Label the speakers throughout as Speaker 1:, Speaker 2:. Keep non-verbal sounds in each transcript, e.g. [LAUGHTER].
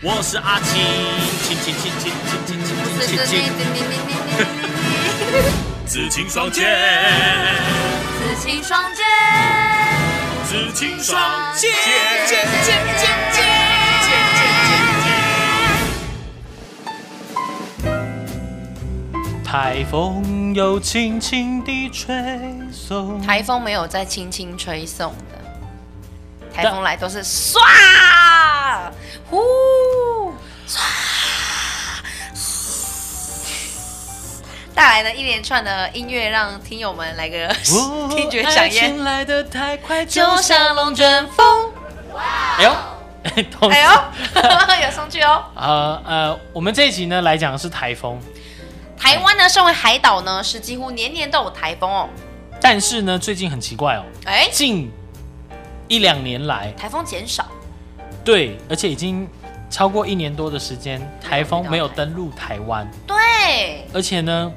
Speaker 1: 我是阿青，青青青青青青青青青青，紫青双剑，
Speaker 2: 紫青双剑，
Speaker 1: 紫青
Speaker 2: 双剑
Speaker 1: 剑剑剑剑
Speaker 3: 台风又轻轻地吹送，
Speaker 2: 台风没有在轻轻吹送的，台
Speaker 3: 但
Speaker 2: 风来都是唰，呼，唰，带来的一连串的音乐，让听友们来个
Speaker 3: 哦
Speaker 2: [LAUGHS] 听觉响
Speaker 3: 爱情
Speaker 2: 应。
Speaker 3: 来得太快，就
Speaker 2: 就
Speaker 3: 像
Speaker 2: 像龙卷风，
Speaker 3: 哎呦，同
Speaker 2: 哎
Speaker 3: 时
Speaker 2: 呦， [LAUGHS] 有上去哦。
Speaker 3: 呃呃，我们这一集呢来讲的是台风，
Speaker 2: 台湾呢，身为海岛呢，是几乎年年都有台风哦。
Speaker 3: 但是呢最近很奇怪哦，
Speaker 2: 哎，
Speaker 3: 近一两年来，
Speaker 2: 台风减少，
Speaker 3: 对，而且已经超过一年多的时间，台风没有
Speaker 2: 遇到台
Speaker 3: 登陆台湾，
Speaker 2: 对，
Speaker 3: 而且呢，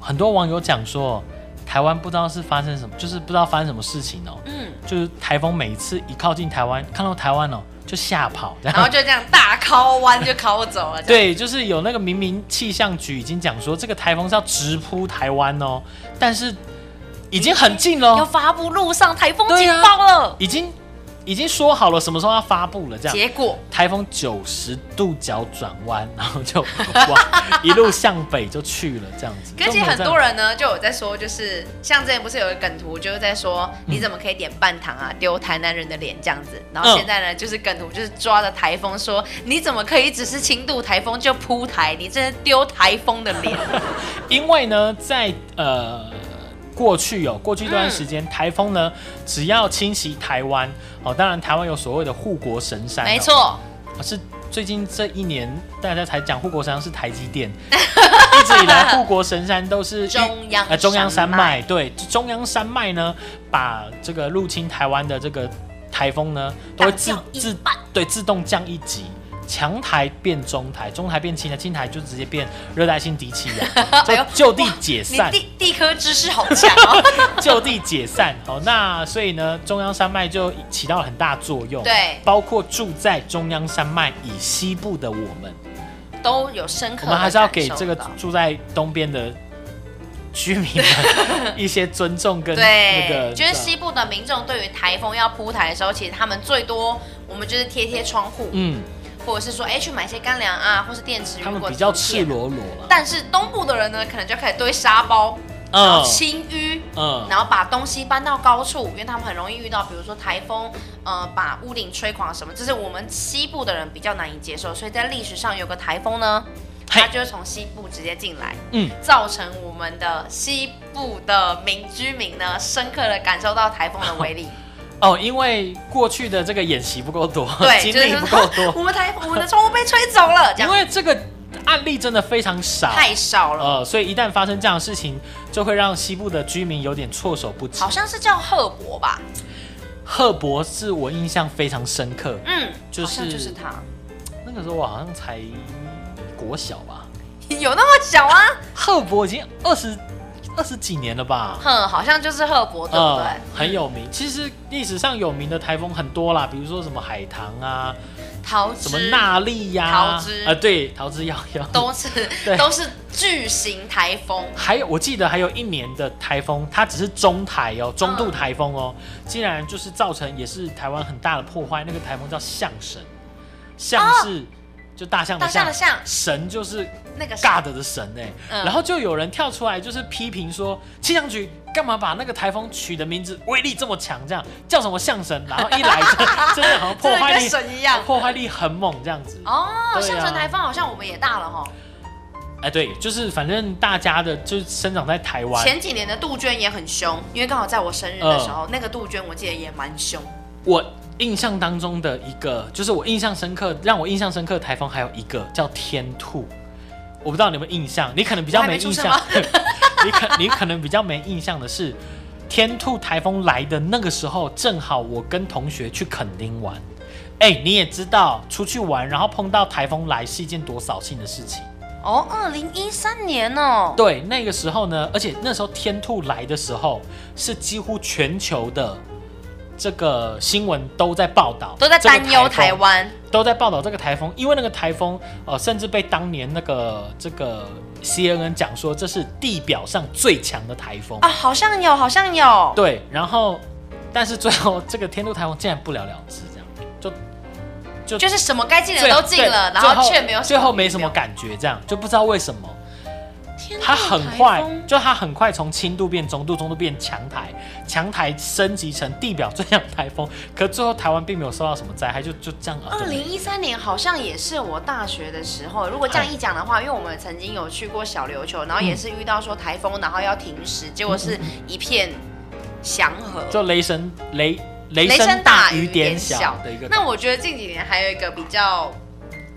Speaker 3: 很多网友讲说，台湾不知道是发生什么，就是不知道发生什么事情哦，
Speaker 2: 嗯，
Speaker 3: 就是台风每次一靠近台湾，看到台湾哦就吓跑，然
Speaker 2: 然后就这样大靠弯就靠走了。这
Speaker 3: [LAUGHS]
Speaker 2: 样，
Speaker 3: 对，就是有那个明明气象局已经讲说这个台风是要直扑台湾哦，但是已经很近了
Speaker 2: 要
Speaker 3: 哦，
Speaker 2: 发布路上台风
Speaker 3: 对
Speaker 2: 警
Speaker 3: 啊
Speaker 2: 报了，
Speaker 3: 已经已经说好了什么时候要发布了，这样
Speaker 2: 结果
Speaker 3: 台风九十度角转弯，然后就往 [LAUGHS] 一路向北就去了，这样子。
Speaker 2: 可是
Speaker 3: 都没
Speaker 2: 其实
Speaker 3: 有
Speaker 2: 很
Speaker 3: 在
Speaker 2: 多人呢，就有在说，就是像之前不是有个梗图，就是在说你怎么可以点半糖啊，丢台南人的脸这样子。然后
Speaker 3: 嗯
Speaker 2: 现在呢，就是梗图就是抓着台风说，你怎么可以只是轻度台风就扑台，你这是丢台风的
Speaker 3: [LAUGHS]
Speaker 2: 脸。
Speaker 3: 哦因为呢，在呃过去有、过去一段时间，
Speaker 2: 嗯
Speaker 3: 台风呢只要侵袭台湾，哦，当然台湾有所谓的护国神山、
Speaker 2: 没，错，
Speaker 3: 啊是最近这一年大家才讲护国神山是台积电， [LAUGHS] 一直以来护国神山都
Speaker 2: [LAUGHS]
Speaker 3: 是
Speaker 2: 中央
Speaker 3: 呃中央山
Speaker 2: 山
Speaker 3: 脉，对，中央山脉呢把这个入侵台湾的这个台风呢都会
Speaker 2: 挡
Speaker 3: 自
Speaker 2: 掉一
Speaker 3: 自
Speaker 2: 半
Speaker 3: 对自动降一级。强台变中台，中台变轻台，轻台就直接变热带性低气
Speaker 2: [LAUGHS]
Speaker 3: 压，
Speaker 2: 哎
Speaker 3: 就
Speaker 2: 呦
Speaker 3: 就地解
Speaker 2: 你
Speaker 3: 散。
Speaker 2: 地地科知识好强哦。
Speaker 3: [LAUGHS]
Speaker 2: [LAUGHS]
Speaker 3: 就地解散。好，那所以呢，中央山脉就起到了很大作用。
Speaker 2: 对
Speaker 3: 包括住在中央山脉以西部的我们，
Speaker 2: 都有深
Speaker 3: 我
Speaker 2: 刻地
Speaker 3: 们还是要给这个
Speaker 2: 感受到
Speaker 3: 住在东边的居民们一些尊重跟那
Speaker 2: 对，
Speaker 3: 个。
Speaker 2: 就是西部的民众对于台风要铺台的时候，其实他们最多我们就是贴贴窗户，
Speaker 3: 嗯，
Speaker 2: 或者是说哎、去买一些干粮啊，或是电池。
Speaker 3: 他
Speaker 2: 如
Speaker 3: 们
Speaker 2: 果
Speaker 3: 比较
Speaker 2: 停
Speaker 3: 赤
Speaker 2: 电
Speaker 3: 裸裸了。
Speaker 2: 但是东部的人呢，可能就开始堆沙包，然后
Speaker 3: 嗯
Speaker 2: 清淤，
Speaker 3: 嗯，
Speaker 2: 然后把东西搬到高处，因为他们很容易遇到，比如说台风，呃，把屋顶吹垮什么，这是我们西部的人比较难以接受，所以在历史上有个台风呢，
Speaker 3: 嘿
Speaker 2: 它就是从西部直接进来，
Speaker 3: 嗯，
Speaker 2: 造成我们的西部的民居民呢，深刻的感受到台风的
Speaker 3: [LAUGHS]
Speaker 2: 威力，
Speaker 3: 哦，因为过去的这个演习不够多，
Speaker 2: [LAUGHS] 对，
Speaker 3: 经
Speaker 2: 就是
Speaker 3: 历
Speaker 2: 说
Speaker 3: 哦不够
Speaker 2: 我
Speaker 3: 多，
Speaker 2: 们台我们的窗户被吹走了， [LAUGHS] 这
Speaker 3: 因
Speaker 2: 样
Speaker 3: 为啊这个案例真的非常少，
Speaker 2: 太少了，
Speaker 3: 呃，所以一旦发生这样的事情，就会让西部的居民有点措手不及
Speaker 2: 好。像是叫赫伯吧，
Speaker 3: 赫伯是我印象非常深刻，
Speaker 2: 嗯，
Speaker 3: 就
Speaker 2: 好像
Speaker 3: 是
Speaker 2: 就是他， [LAUGHS]
Speaker 3: 那个时候我好像才国小吧。
Speaker 2: 有那么小
Speaker 3: [LAUGHS]
Speaker 2: 啊？
Speaker 3: 赫伯已经二十二十几年了吧？嗯
Speaker 2: 哼，好像就是赫伯，对不对？
Speaker 3: 很有名。其实历史上有名的台风很多啦，比如说什么海棠啊，
Speaker 2: 桃枝
Speaker 3: 什么纳莉呀、
Speaker 2: 桃之
Speaker 3: 呃，对，桃之夭夭。
Speaker 2: 都是
Speaker 3: [LAUGHS] 对
Speaker 2: 都是巨型台风，
Speaker 3: 还有，我记得还有一年的台风，它只是中台
Speaker 2: 嗯
Speaker 3: 哦，中度台风哦，竟然就是造成也是台湾很大的破坏。那个台风叫象神，象是、就大象的
Speaker 2: 哦大象的象
Speaker 3: 神就是
Speaker 2: 那个
Speaker 3: 尬的的神哎、
Speaker 2: 嗯
Speaker 3: 然后就有人跳出来就是批评说，气象局干嘛把那个台风取的名字威力这么强，这样叫什么象神？然后一来真的好像破
Speaker 2: 真的
Speaker 3: 坏
Speaker 2: 跟
Speaker 3: 力，
Speaker 2: 神一样
Speaker 3: 破坏力很猛这样子。
Speaker 2: 哦，
Speaker 3: 对啊
Speaker 2: 象神台风好像我们也大了哈，
Speaker 3: 哎，对，就是反正大家的就是生长在台湾，
Speaker 2: 前几年的杜鹃也很凶，因为刚好在我生日的时候，那个杜鹃我记得也蛮凶，
Speaker 3: 我印象当中的一个，就是我印象深刻，让我印象深刻的台风还有一个叫天兔，我不知道你有没有印象，你可能比较
Speaker 2: 我还没
Speaker 3: 印
Speaker 2: 出生
Speaker 3: 象
Speaker 2: 吗，
Speaker 3: [LAUGHS] 你可你可能比较没印象的是，天兔台风来的那个时候，正好我跟同学去垦丁玩，哎、你也知道，出去玩然后碰到台风来是一件多扫兴的事情。
Speaker 2: 哦，二零一三年哦，
Speaker 3: 对，那个时候呢，而且那时候天兔来的时候，是几乎全球的这个新闻都在报道，
Speaker 2: 都在
Speaker 3: 这个
Speaker 2: 担忧
Speaker 3: 台
Speaker 2: 台
Speaker 3: 风
Speaker 2: 湾，
Speaker 3: 都在报道这个台风，因为那个台风，呃，甚至被当年那个这个 CNN 讲说这是地表上最强的台风。
Speaker 2: 啊，好像有，好像有，
Speaker 3: 对，然后但是最后这个天都台风竟然不了了之，这样就
Speaker 2: 就是什么该进的
Speaker 3: 最
Speaker 2: 都进了，
Speaker 3: 对
Speaker 2: 然
Speaker 3: 最
Speaker 2: 后却没有
Speaker 3: 最后没什么
Speaker 2: 目
Speaker 3: 感觉，这样就不知道为什么。
Speaker 2: 标，天
Speaker 3: 它
Speaker 2: 哪
Speaker 3: 很
Speaker 2: 台
Speaker 3: 快
Speaker 2: 风，
Speaker 3: 就它很快从轻度变中度，中度变强台，强台升级成地表最强台风。可最后台湾并没有受到什么灾害，就就这样啊。
Speaker 2: 二零一三年好像也是我大学的时候，如果这样一讲的话，因为我们曾经有去过小琉球，然后也是遇到说台风，然后要停驶，结果是一片祥和。
Speaker 3: 就雷声雷雷
Speaker 2: 雷
Speaker 3: 声
Speaker 2: 声
Speaker 3: 大
Speaker 2: 大
Speaker 3: 雨
Speaker 2: 雨
Speaker 3: 点
Speaker 2: 点
Speaker 3: 小
Speaker 2: 小
Speaker 3: 的一个。
Speaker 2: 那我觉得近几年还有一个比较，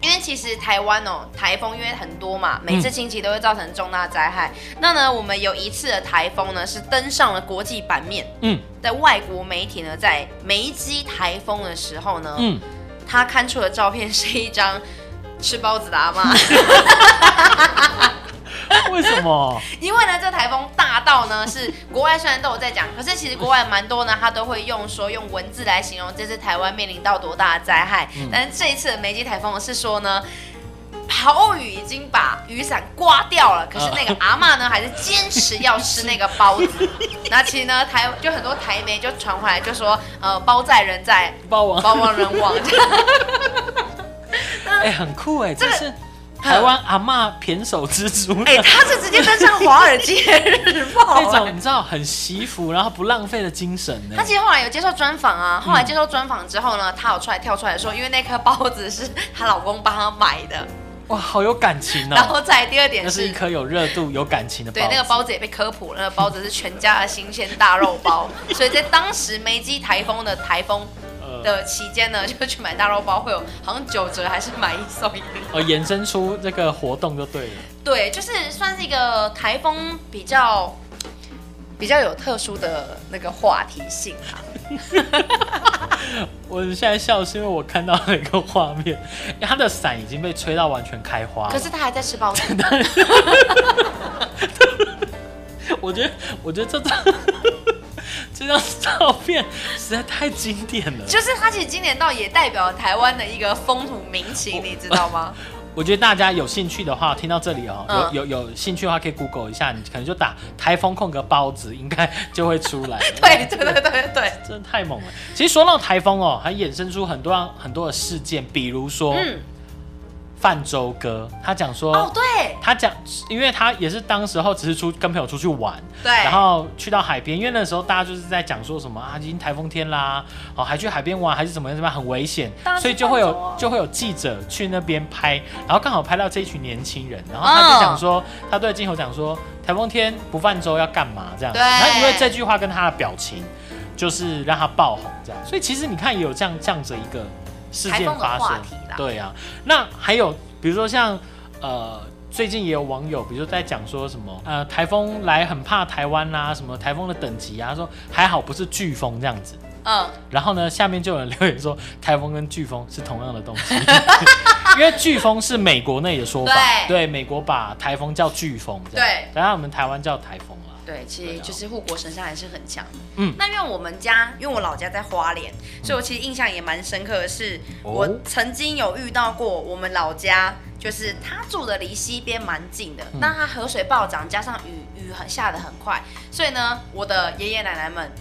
Speaker 2: 因为其实台湾哦，台风因为很多嘛，每
Speaker 3: 嗯
Speaker 2: 次星期都会造成重大灾害。那呢，我们有一次的台风呢是登上了国际版面，
Speaker 3: 嗯
Speaker 2: 在外国媒体呢在梅基台风的时候呢，
Speaker 3: 嗯，
Speaker 2: 他刊出的照片是一张吃包子的阿妈。嗯
Speaker 3: [LAUGHS] 为什
Speaker 2: [LAUGHS]
Speaker 3: 么？
Speaker 2: 因为呢，这台风大到呢是 [LAUGHS] 国外虽然都有在讲，可是其实国外蛮多呢，他都会用说用文字来形容这次台湾面临到多大的灾害。
Speaker 3: 嗯
Speaker 2: 但是这一次的梅基台风是说呢。豪雨已经把雨伞刮掉
Speaker 3: 嗯
Speaker 2: 了，可是那个阿嬷呢，还是坚持要吃那个包
Speaker 3: [LAUGHS]
Speaker 2: 子。那其实呢，台就很多台媒就传回来，就说呃，包在
Speaker 3: [LAUGHS]
Speaker 2: 人在，
Speaker 3: 包王
Speaker 2: 包忘人忘。
Speaker 3: 哎、很酷哎、这
Speaker 2: 这个嗯
Speaker 3: 是台湾阿嬷胼手知足的
Speaker 2: 哎、他是直接登上《华尔街日报、哎
Speaker 3: 那种，你知道很惜福，然后不浪费的精神呢、
Speaker 2: 他其实后来有接受专访啊，后
Speaker 3: 嗯
Speaker 2: 来接受专访之后呢，他有出来跳出来说，因为那颗包子是她老公帮她买的，
Speaker 3: 哇，好有感情
Speaker 2: 然
Speaker 3: 哦、
Speaker 2: 后再来第二
Speaker 3: 那
Speaker 2: 点
Speaker 3: 是一
Speaker 2: 是。
Speaker 3: 颗有热度、有感情的包
Speaker 2: 对，
Speaker 3: 子。
Speaker 2: 那个包子也被科普了，那个包子是全家的新鲜大肉
Speaker 3: [LAUGHS]
Speaker 2: 包，所以在当时梅基台风的台风
Speaker 3: 呃
Speaker 2: 的期间呢，就去买大肉包会有好像九折还是买一送一。
Speaker 3: 呃，衍生出这个活动就对了。
Speaker 2: 对，就是算是一个台风比较比较有特殊的那个话题性啊。
Speaker 3: 我现在笑是因为我看到了一个画面， [LAUGHS] 他的伞已经被吹到完全开花了。
Speaker 2: 可是他还在吃包子，
Speaker 3: 我觉得，我觉得这张 [LAUGHS] 这张照片实在太经典了。
Speaker 2: 就是他其实今年到也代表台湾的一个风土民情，你知道吗？
Speaker 3: 我觉得大家有兴趣的话，听到这里哦，
Speaker 2: 嗯
Speaker 3: 有有有兴趣的话可以 Google 一下，你可能就打台风空格包子，应该就会出来。
Speaker 2: [LAUGHS] 对对对对对，
Speaker 3: 真的太猛了！其实说到台风哦，还衍生出很多很多的事件，比如说
Speaker 2: 嗯，
Speaker 3: 泛舟哥，他讲说，
Speaker 2: 哦对
Speaker 3: 他讲，因为他也是当时候只是出跟朋友出去玩，
Speaker 2: 对，
Speaker 3: 然后去到海边，因为那时候大家就是在讲说什么啊，已经台风天啦，哦，还去海边玩还是怎么样怎么样，很危险
Speaker 2: 当，然
Speaker 3: 所以
Speaker 2: 是
Speaker 3: 就会有
Speaker 2: 放纵啊
Speaker 3: 就会有记者去那边拍，然后刚好拍到这一群年轻人，然后他就讲说，他对镜头讲说，台风天不泛舟要干嘛这样子，
Speaker 2: 对
Speaker 3: 然后因为这句话跟他的表情，就是让他爆红这样，所以其实你看也有这样这样子一个事件发
Speaker 2: 台风的话
Speaker 3: 生
Speaker 2: 题啦，
Speaker 3: 对啊，那还有比如说像呃，最近也有网友，比如说在讲说什么呃，台风来很怕台湾啦、什么台风的等级啊，说还好不是飓风这样子。
Speaker 2: 嗯，
Speaker 3: 然后呢，下面就有人留言说， [LAUGHS] 台风跟飓风是同样的东西， [LAUGHS] 因为飓风是美国内的说法，
Speaker 2: 对
Speaker 3: 对，美国把台风叫飓风，这样
Speaker 2: 对，
Speaker 3: 然后我们台湾叫台风啊啦。
Speaker 2: 对，其实就是护国神山还是很强。
Speaker 3: 嗯
Speaker 2: 嗯，那因为我们家，因为我老家在花莲，所以我其实印象也蛮深刻的是，
Speaker 3: 哦
Speaker 2: 我曾经有遇到过我们老家，就是他住的离溪边蛮近的，那他河水暴涨，加上雨雨很下的很快，所以呢，我的爷爷奶奶们。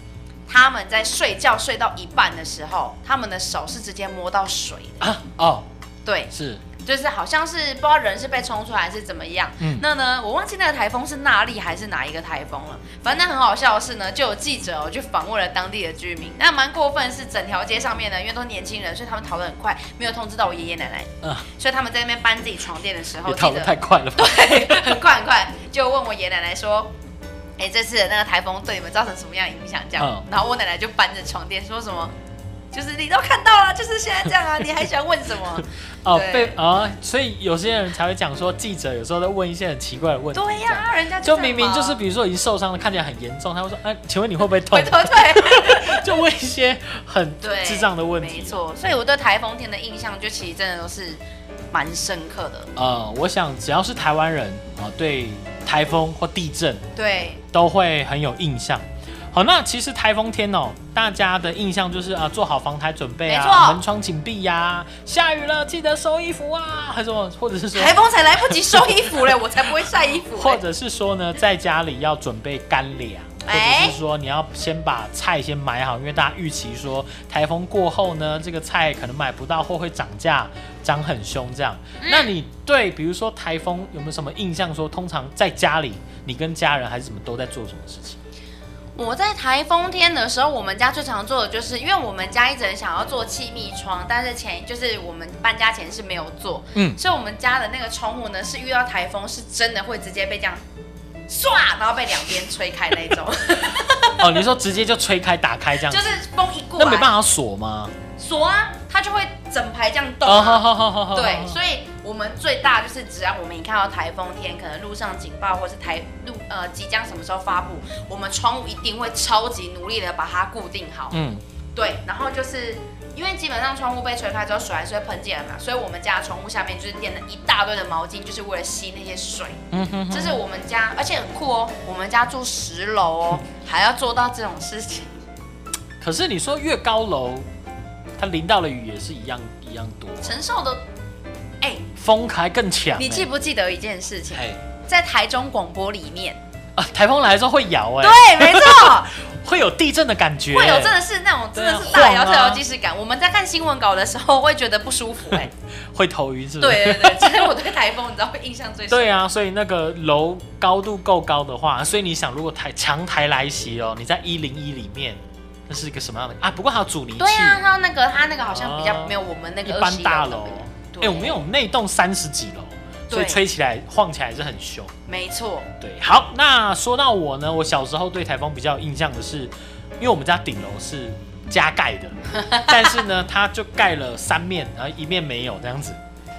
Speaker 2: 他们在睡觉睡到一半的时候，他们的手是直接摸到水的，
Speaker 3: 啊，哦，
Speaker 2: 对，
Speaker 3: 是，
Speaker 2: 就是好像是不知道人是被冲出来还是怎么样。
Speaker 3: 嗯
Speaker 2: 那呢，我忘记那个台风是纳利还是哪一个台风了。反正那很好笑的是呢，就有记者哦去访问了当地的居民。那蛮过分的是，整条街上面呢，因为都是年轻人，所以他们逃得很快，没有通知到我爷爷奶奶。
Speaker 3: 嗯
Speaker 2: 所以他们在那边搬自己床垫的时候，
Speaker 3: 也
Speaker 2: 记
Speaker 3: 套
Speaker 2: 者
Speaker 3: 得太快了吧？
Speaker 2: 对，很快很快，就问我爷爷奶奶说。哎、这次的那个台风对你们造成什么样的影响？这样，
Speaker 3: 嗯
Speaker 2: 然后我奶奶就搬着床垫说什么，就是你都看到了，就是现在这样啊，你还想问什么？
Speaker 3: [LAUGHS] 哦，
Speaker 2: 对
Speaker 3: 被啊、所以有些人才会讲说，记者有时候在问一些很奇怪的问题，
Speaker 2: 对呀、人家
Speaker 3: 就
Speaker 2: 这样
Speaker 3: 明明
Speaker 2: 嘛
Speaker 3: 就是，比如说已经受伤了，看起来很严重，他会说：“哎、请问你会不会痛
Speaker 2: [LAUGHS] 对对
Speaker 3: [LAUGHS]
Speaker 2: 对，
Speaker 3: 就问一些很
Speaker 2: 对，
Speaker 3: 智障的问题。
Speaker 2: 没错，所以我对台风天的印象就其实真的都是蛮深刻的。
Speaker 3: 呃，我想只要是台哦湾人啊、对台风或地震
Speaker 2: 对，
Speaker 3: 都会很有印象。好，那其实台风天哦，大家的印象就是啊、做好防台准备
Speaker 2: 没错
Speaker 3: 啊，门窗紧闭呀、下雨了记得收衣服啊，还是什么，或者是说，
Speaker 2: 台风才来不及收衣服嘞， [LAUGHS] 我才不会晒衣服嘞。
Speaker 3: 或者是说呢，在家里要准备干粮。或
Speaker 2: 哎
Speaker 3: 者是说你要先把菜先买好，因为大家预期说台风过后呢，这个菜可能买不到或会涨价，涨很凶这样。
Speaker 2: 嗯
Speaker 3: 那你对比如说台风有没有什么印象？说通常在家里，你跟家人还是什么都在做什么事
Speaker 2: [LAUGHS]
Speaker 3: 情？
Speaker 2: 我在台风天的时候，我们家最常做的就是，因为我们家一直很想要做气密窗，但是前就是我们搬家前是没有做，
Speaker 3: 嗯
Speaker 2: 所以我们家的那个窗户呢，是遇到台风是真的会直接被这样唰，然后被两边吹开那种，
Speaker 3: 哦，你说直接就吹开打开 [LAUGHS] 这样子
Speaker 2: 就，是风一过
Speaker 3: 那没
Speaker 2: 来，
Speaker 3: 办法锁吗？
Speaker 2: 锁啊，它就会整排这样动、
Speaker 3: 哦，
Speaker 2: 啊。
Speaker 3: 好好好好好。
Speaker 2: 对，所以我们最大就是，只要我们一看到台风天，可能路上警报或是台路呃即将什么时候发布，我们窗户一定会超级努力的把它固定好。
Speaker 3: 嗯，
Speaker 2: 对，然后就是因为基本上窗户被吹开之后，水还是会喷进来嘛，所以我们家的窗户下面就是垫了一大堆的毛巾，就是为了吸那些水。
Speaker 3: 嗯哼
Speaker 2: [LAUGHS] 这是我们家，而且很酷哦，我们家住十楼哦，还要做到这种事情。
Speaker 3: 可是你说越高楼，它淋到了雨也是一样一样多，啊
Speaker 2: 承受的，哎、
Speaker 3: 风还更强欸。
Speaker 2: 你记不记得一件事情？
Speaker 3: 哎
Speaker 2: 在台中广播里面，
Speaker 3: 啊，台风来的时候会摇哎，
Speaker 2: 对，没错，
Speaker 3: 会有地震的感觉，欸
Speaker 2: 会有真的是那种真
Speaker 3: 对
Speaker 2: 的
Speaker 3: 啊
Speaker 2: 是大
Speaker 3: 晃啊
Speaker 2: 摇特摇即视感。我们在看新闻稿的时候会觉得不舒服、哎，
Speaker 3: [LAUGHS] 会头晕是不是？
Speaker 2: 对对对，这是我对台风，你知道会印象最深。
Speaker 3: 对啊，所以那个楼高度够高的话，所以你想，如果台强台来袭哦，你在一零一里面，那是一个什么样的啊？不过还有阻尼器，
Speaker 2: 对啊，他那个他那个好像比较
Speaker 3: 哦
Speaker 2: 没有我们那
Speaker 3: 一
Speaker 2: 个
Speaker 3: 般
Speaker 2: 21
Speaker 3: 大
Speaker 2: 的
Speaker 3: 楼
Speaker 2: 那个，
Speaker 3: 哎、
Speaker 2: 对，
Speaker 3: 我们有那栋三十几楼，所以
Speaker 2: 对
Speaker 3: 吹起来晃起来是很凶。
Speaker 2: 没错，
Speaker 3: 对，好，那说到我呢，我小时候对台风比较有印象的是，因为我们家顶楼是加盖
Speaker 2: [LAUGHS]
Speaker 3: 的，但是呢，它就盖了三面，然后一面没有这样子，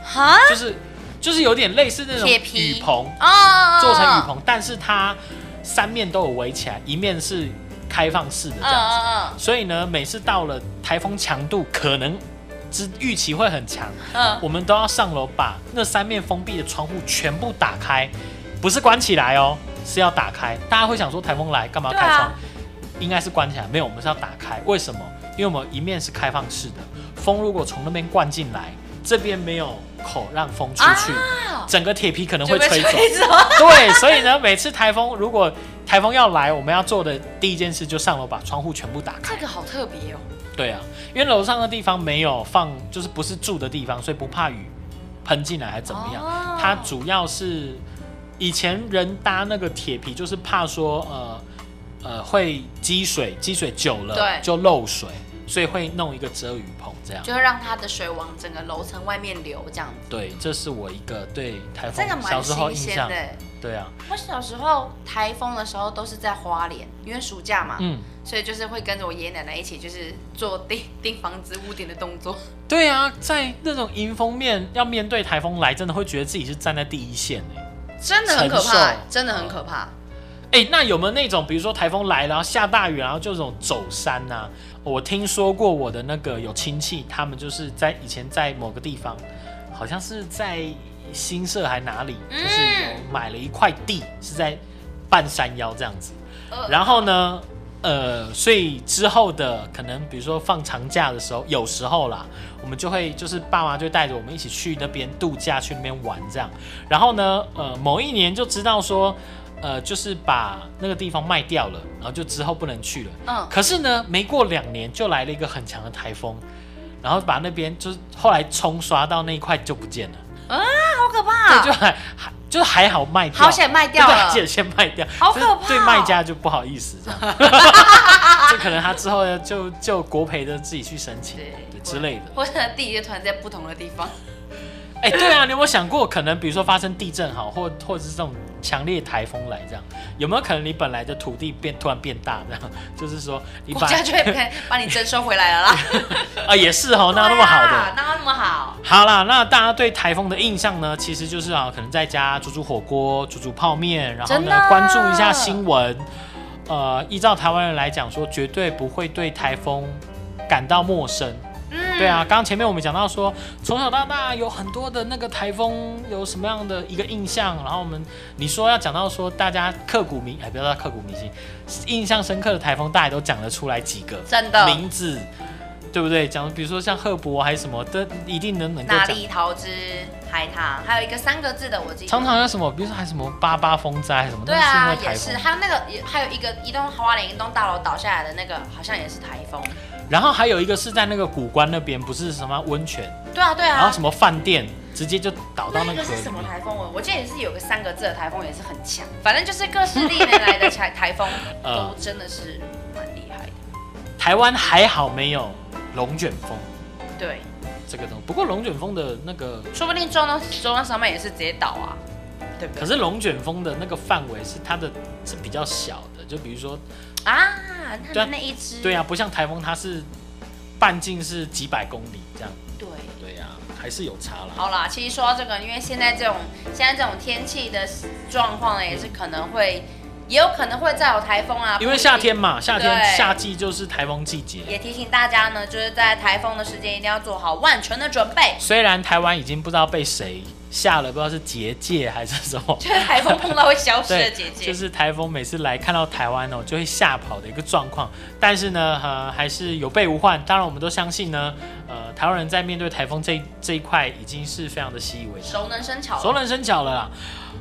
Speaker 2: 哈，
Speaker 3: 就是就是有点类似那种
Speaker 2: 铁皮
Speaker 3: 雨棚，
Speaker 2: 哦，
Speaker 3: 做成雨棚，但是它三面都有围起来，一面是开放式的
Speaker 2: 嗯，
Speaker 3: 这样子，
Speaker 2: 嗯
Speaker 3: 所以呢，每次到了台风强度可能之预期会很强，
Speaker 2: 嗯嗯，
Speaker 3: 我们都要上楼把那三面封闭的窗户全部打开，不是关起来哦，是要打开。大家会想说台风来干嘛要开
Speaker 2: 对啊
Speaker 3: 窗？应该是关起来，没有，我们是要打开。为什么？因为我们一面是开放式的，风如果从那边灌进来，这边没有口让风出去，
Speaker 2: 啊
Speaker 3: 整个铁皮可能
Speaker 2: 就
Speaker 3: 会
Speaker 2: 被
Speaker 3: 吹走。
Speaker 2: 吹走，
Speaker 3: [LAUGHS] 对，所以呢，每次台风如果台风要来，我们要做的第一件事就上楼把窗户全部打开
Speaker 2: 这。个好特别哦，
Speaker 3: 对啊，因为楼上的地方没有放，就是不是住的地方，所以不怕雨喷进来还怎么样。
Speaker 2: 哦
Speaker 3: 它主要是以前人搭那个铁皮，就是怕说呃呃会积水，积水久了
Speaker 2: 对
Speaker 3: 就漏水，所以会弄一个遮雨棚这样。
Speaker 2: 就会让它的水往整个楼层外面流，这样子，
Speaker 3: 对，这是我一个对台
Speaker 2: 这
Speaker 3: 风
Speaker 2: 个蛮
Speaker 3: 小时候印
Speaker 2: 新鲜
Speaker 3: 象。
Speaker 2: 的。
Speaker 3: 对啊，
Speaker 2: 我小时候台风的时候都是在花莲，因为暑假嘛，
Speaker 3: 嗯。
Speaker 2: 所以就是会跟着我爷爷奶奶一起，就是做钉钉房子屋顶的动作。
Speaker 3: 对啊，在那种迎风面要面对台风来，真的会觉得自己是站在第一线哎、
Speaker 2: 真的很可
Speaker 3: 承
Speaker 2: 怕
Speaker 3: 受，
Speaker 2: 真的很可怕。
Speaker 3: 哎、那有没有那种，比如说台风来，然后下大雨，然后就这种走山呐、我听说过我的那个有亲戚，他们就是在以前在某个地方，好像是在新社还哪里，
Speaker 2: 嗯
Speaker 3: 就是有买了一块地，是在半山腰这样子。
Speaker 2: 呃
Speaker 3: 然后呢，呃，所以之后的可能，比如说放长假的时候，有时候啦，我们就会就是爸妈就带着我们一起去那边度假，去那边玩这样。然后呢，呃，某一年就知道说，呃，就是把那个地方卖掉了，然后就之后不能去了。
Speaker 2: 嗯，
Speaker 3: 可是呢，没过两年就来了一个很强的台风，然后把那边就是后来冲刷到那一块就不见了，
Speaker 2: 好可
Speaker 3: 对，
Speaker 2: 怕，
Speaker 3: 就还还就是还好卖掉，
Speaker 2: 啊好险卖掉
Speaker 3: 对，
Speaker 2: 了
Speaker 3: 而。且先卖掉，
Speaker 2: 好可怕哦
Speaker 3: 就是对卖家就不好意思这样，
Speaker 2: [LAUGHS]
Speaker 3: 这可能他之后就就国赔的自己去申请
Speaker 2: 对
Speaker 3: 对之类的。
Speaker 2: 或者地就突然在不同的地方，
Speaker 3: 哎、对啊，你有没有想过，可能比如说发生地震好，或或者是这种强烈台风来这样，有没有可能你本来的土地变突然变大这样？就是说你
Speaker 2: 国
Speaker 3: 把
Speaker 2: 家就会把把你征收回来
Speaker 3: [LAUGHS]
Speaker 2: 了啦。
Speaker 3: 啊也是哦，那那么好
Speaker 2: 对
Speaker 3: 的
Speaker 2: 啊，。哪有那么好？
Speaker 3: 好啦，那大家对台风的印象呢，其实就是啊，可能在家煮煮火锅、煮煮泡面，然后
Speaker 2: 真
Speaker 3: 呢
Speaker 2: 的
Speaker 3: 关注一下新闻。呃，依照台湾人来讲说，绝对不会对台风感到陌生，
Speaker 2: 嗯
Speaker 3: 对啊，刚刚前面我们讲到说，从小到大有很多的那个台风有什么样的一个印象，然后我们你说要讲到说大家刻骨铭，哎，不要说刻骨铭心，印象深刻的台风大家都讲得出来几个
Speaker 2: 真的
Speaker 3: 名字，对不对？讲比如说像赫伯还是什么，都一定能能够
Speaker 2: 大
Speaker 3: 讲。
Speaker 2: 力桃之海棠，还有一个三个字的，我记得。
Speaker 3: 常常有什么，比如说还什么八八风灾还是什么，
Speaker 2: 对
Speaker 3: 那
Speaker 2: 啊，
Speaker 3: 是因为
Speaker 2: 也
Speaker 3: 台
Speaker 2: 是，
Speaker 3: 风。
Speaker 2: 还有那个，也还有一个一栋花莲一栋大楼倒下来的那个，好像也是台风。
Speaker 3: 然后还有一个是在那个古关那边，不是什么温泉，
Speaker 2: 对啊，对
Speaker 3: 然后
Speaker 2: 啊
Speaker 3: 什。么饭店直接就倒到
Speaker 2: 那
Speaker 3: 那
Speaker 2: 一个
Speaker 3: 个河
Speaker 2: 是
Speaker 3: 里
Speaker 2: 什么
Speaker 3: 面。
Speaker 2: 台风？我我记得也是有个三个字的台风，也是很强。反正就是各式历年来的
Speaker 3: [LAUGHS]
Speaker 2: 台台风都
Speaker 3: 呃
Speaker 2: 真的是蛮厉害的。
Speaker 3: 台湾还好没有龙卷风
Speaker 2: 对，
Speaker 3: 这个东西，不过龙卷风的那个，
Speaker 2: 说不定中央中央山脉也是直接倒啊，对不对？
Speaker 3: 可是龙卷风的那个范围是它的是比较小的，就比如说，
Speaker 2: 啊，他
Speaker 3: 对啊
Speaker 2: 们那一只，
Speaker 3: 对啊，不像台风它是半径是几百公里这样，
Speaker 2: 对。
Speaker 3: 对啊，还是有差啦。
Speaker 2: 好啦，其实说到这个，因为现在这种现在这种天气的状况呢，也是可能会，也有可能会再有台风啊。
Speaker 3: 因为
Speaker 2: 不一定
Speaker 3: 夏天嘛，夏天
Speaker 2: 对
Speaker 3: 夏季就是台风季节，
Speaker 2: 也提醒大家呢，就是在台风的时间一定要做好万全的准备。。
Speaker 3: 虽然台湾已经不知道被谁下了，不知道是结界还是什么
Speaker 2: 就是台风碰到会消失的
Speaker 3: 对
Speaker 2: 姐，姐，
Speaker 3: 就是台风每次来看到台湾哦，就会吓跑的一个状况。但是呢，呃，还是有备无患。当然，我们都相信呢，呃，台湾人在面对台风这一这一块已经是非常的习以为常，
Speaker 2: 熟能生巧。
Speaker 3: 熟能生巧了啦。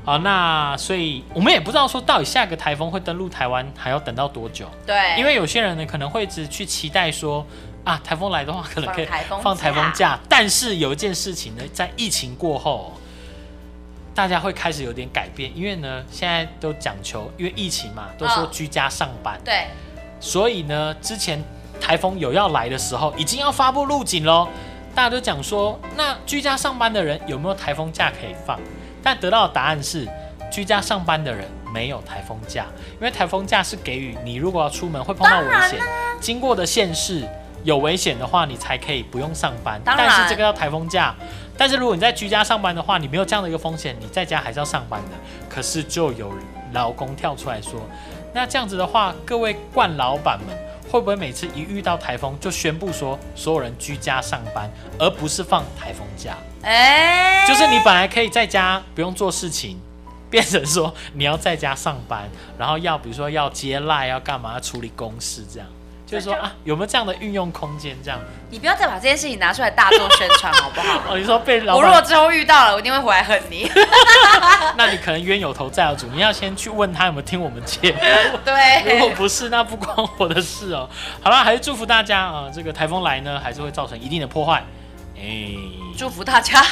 Speaker 3: 好，那所以我们也不知道说到底下个台风会登陆台湾还要等到多久，
Speaker 2: 对，
Speaker 3: 因为有些人呢可能会一直去期待说啊，台风来的话可能可以
Speaker 2: 放台风
Speaker 3: 放台风假，但是有一件事情呢，在疫情过后，大家会开始有点改变，因为呢，现在都讲求，因为疫情嘛，都说
Speaker 2: 嗯
Speaker 3: 居家上班，
Speaker 2: 对
Speaker 3: 所以呢，之前台风有要来的时候，已经要发布路警喽，大家都讲说，那居家上班的人有没有台风假可以放？但得到的答案是，居家上班的人没有台风假，因为台风假是给予你如果要出门会碰到危险，经过的县市有危险的话，你才可以不用上班。
Speaker 2: 当然
Speaker 3: 但是这个叫台风假。但是如果你在居家上班的话，你没有这样的一个风险，你在家还是要上班的。可是就有老公跳出来说，那这样子的话，各位惯老板们会不会每次一遇到台风就宣布说所有人居家上班，而不是放台风假？
Speaker 2: 哎、
Speaker 3: 就是你本来可以在家不用做事情，变成说你要在家上班，然后要比如说要接赖要干嘛要处理公事这样，就是说
Speaker 2: 那就
Speaker 3: 啊有没有这样的运用空间这样？
Speaker 2: 你不要再把这件事情拿出来大做宣
Speaker 3: [LAUGHS]
Speaker 2: 传，好不好？
Speaker 3: 哦，你说被老
Speaker 2: 我如果
Speaker 3: 板，
Speaker 2: 之后遇到了，我一定会回来恨
Speaker 3: [LAUGHS]
Speaker 2: 你。
Speaker 3: 那你可能冤有头债有主，你要先去问他有没有听我们节目。如果
Speaker 2: 对，
Speaker 3: 不是，那不关我的事哦。好了，还是祝福大家啊、这个台风来呢，还是会造成一定的破坏。哎、
Speaker 2: 祝福大家。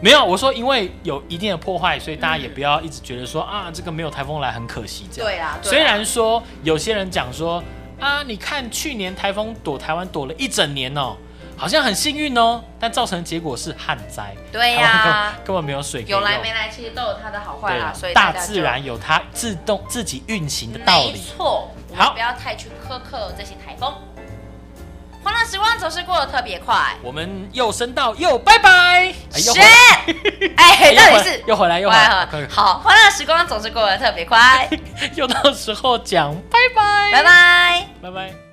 Speaker 3: 没有，我说因为有一定的破坏，所以大家也不要一直觉得说、啊，这个没有台风来很可惜这样。
Speaker 2: 对啊啦，对啦
Speaker 3: 虽然说有些人讲说啊，你看去年台风躲台湾躲了一整年哦，好像很幸运哦，但造成的结果是旱灾，
Speaker 2: 对
Speaker 3: 台
Speaker 2: 呀、
Speaker 3: 湾根本根本没有水可以
Speaker 2: 有
Speaker 3: 用。
Speaker 2: 来没来其实都有它的好坏
Speaker 3: 对
Speaker 2: 啦，
Speaker 3: 啦
Speaker 2: 所以
Speaker 3: 大
Speaker 2: 家就
Speaker 3: 自然有它自动自己运行的道
Speaker 2: 没
Speaker 3: 理。
Speaker 2: 错，我们
Speaker 3: 好
Speaker 2: 不要太去苛刻这些台风。欢乐时光总是过得特别快。
Speaker 3: 我们又升到又拜拜，哎又回来
Speaker 2: 是，哎，
Speaker 3: 又
Speaker 2: 到
Speaker 3: 回
Speaker 2: 底是
Speaker 3: 又回来又回来，快 [LAUGHS] 快
Speaker 2: 好，欢乐
Speaker 3: [LAUGHS]
Speaker 2: 时光总是过得特别快，
Speaker 3: 又到时候讲拜
Speaker 2: 拜拜。
Speaker 3: 拜拜。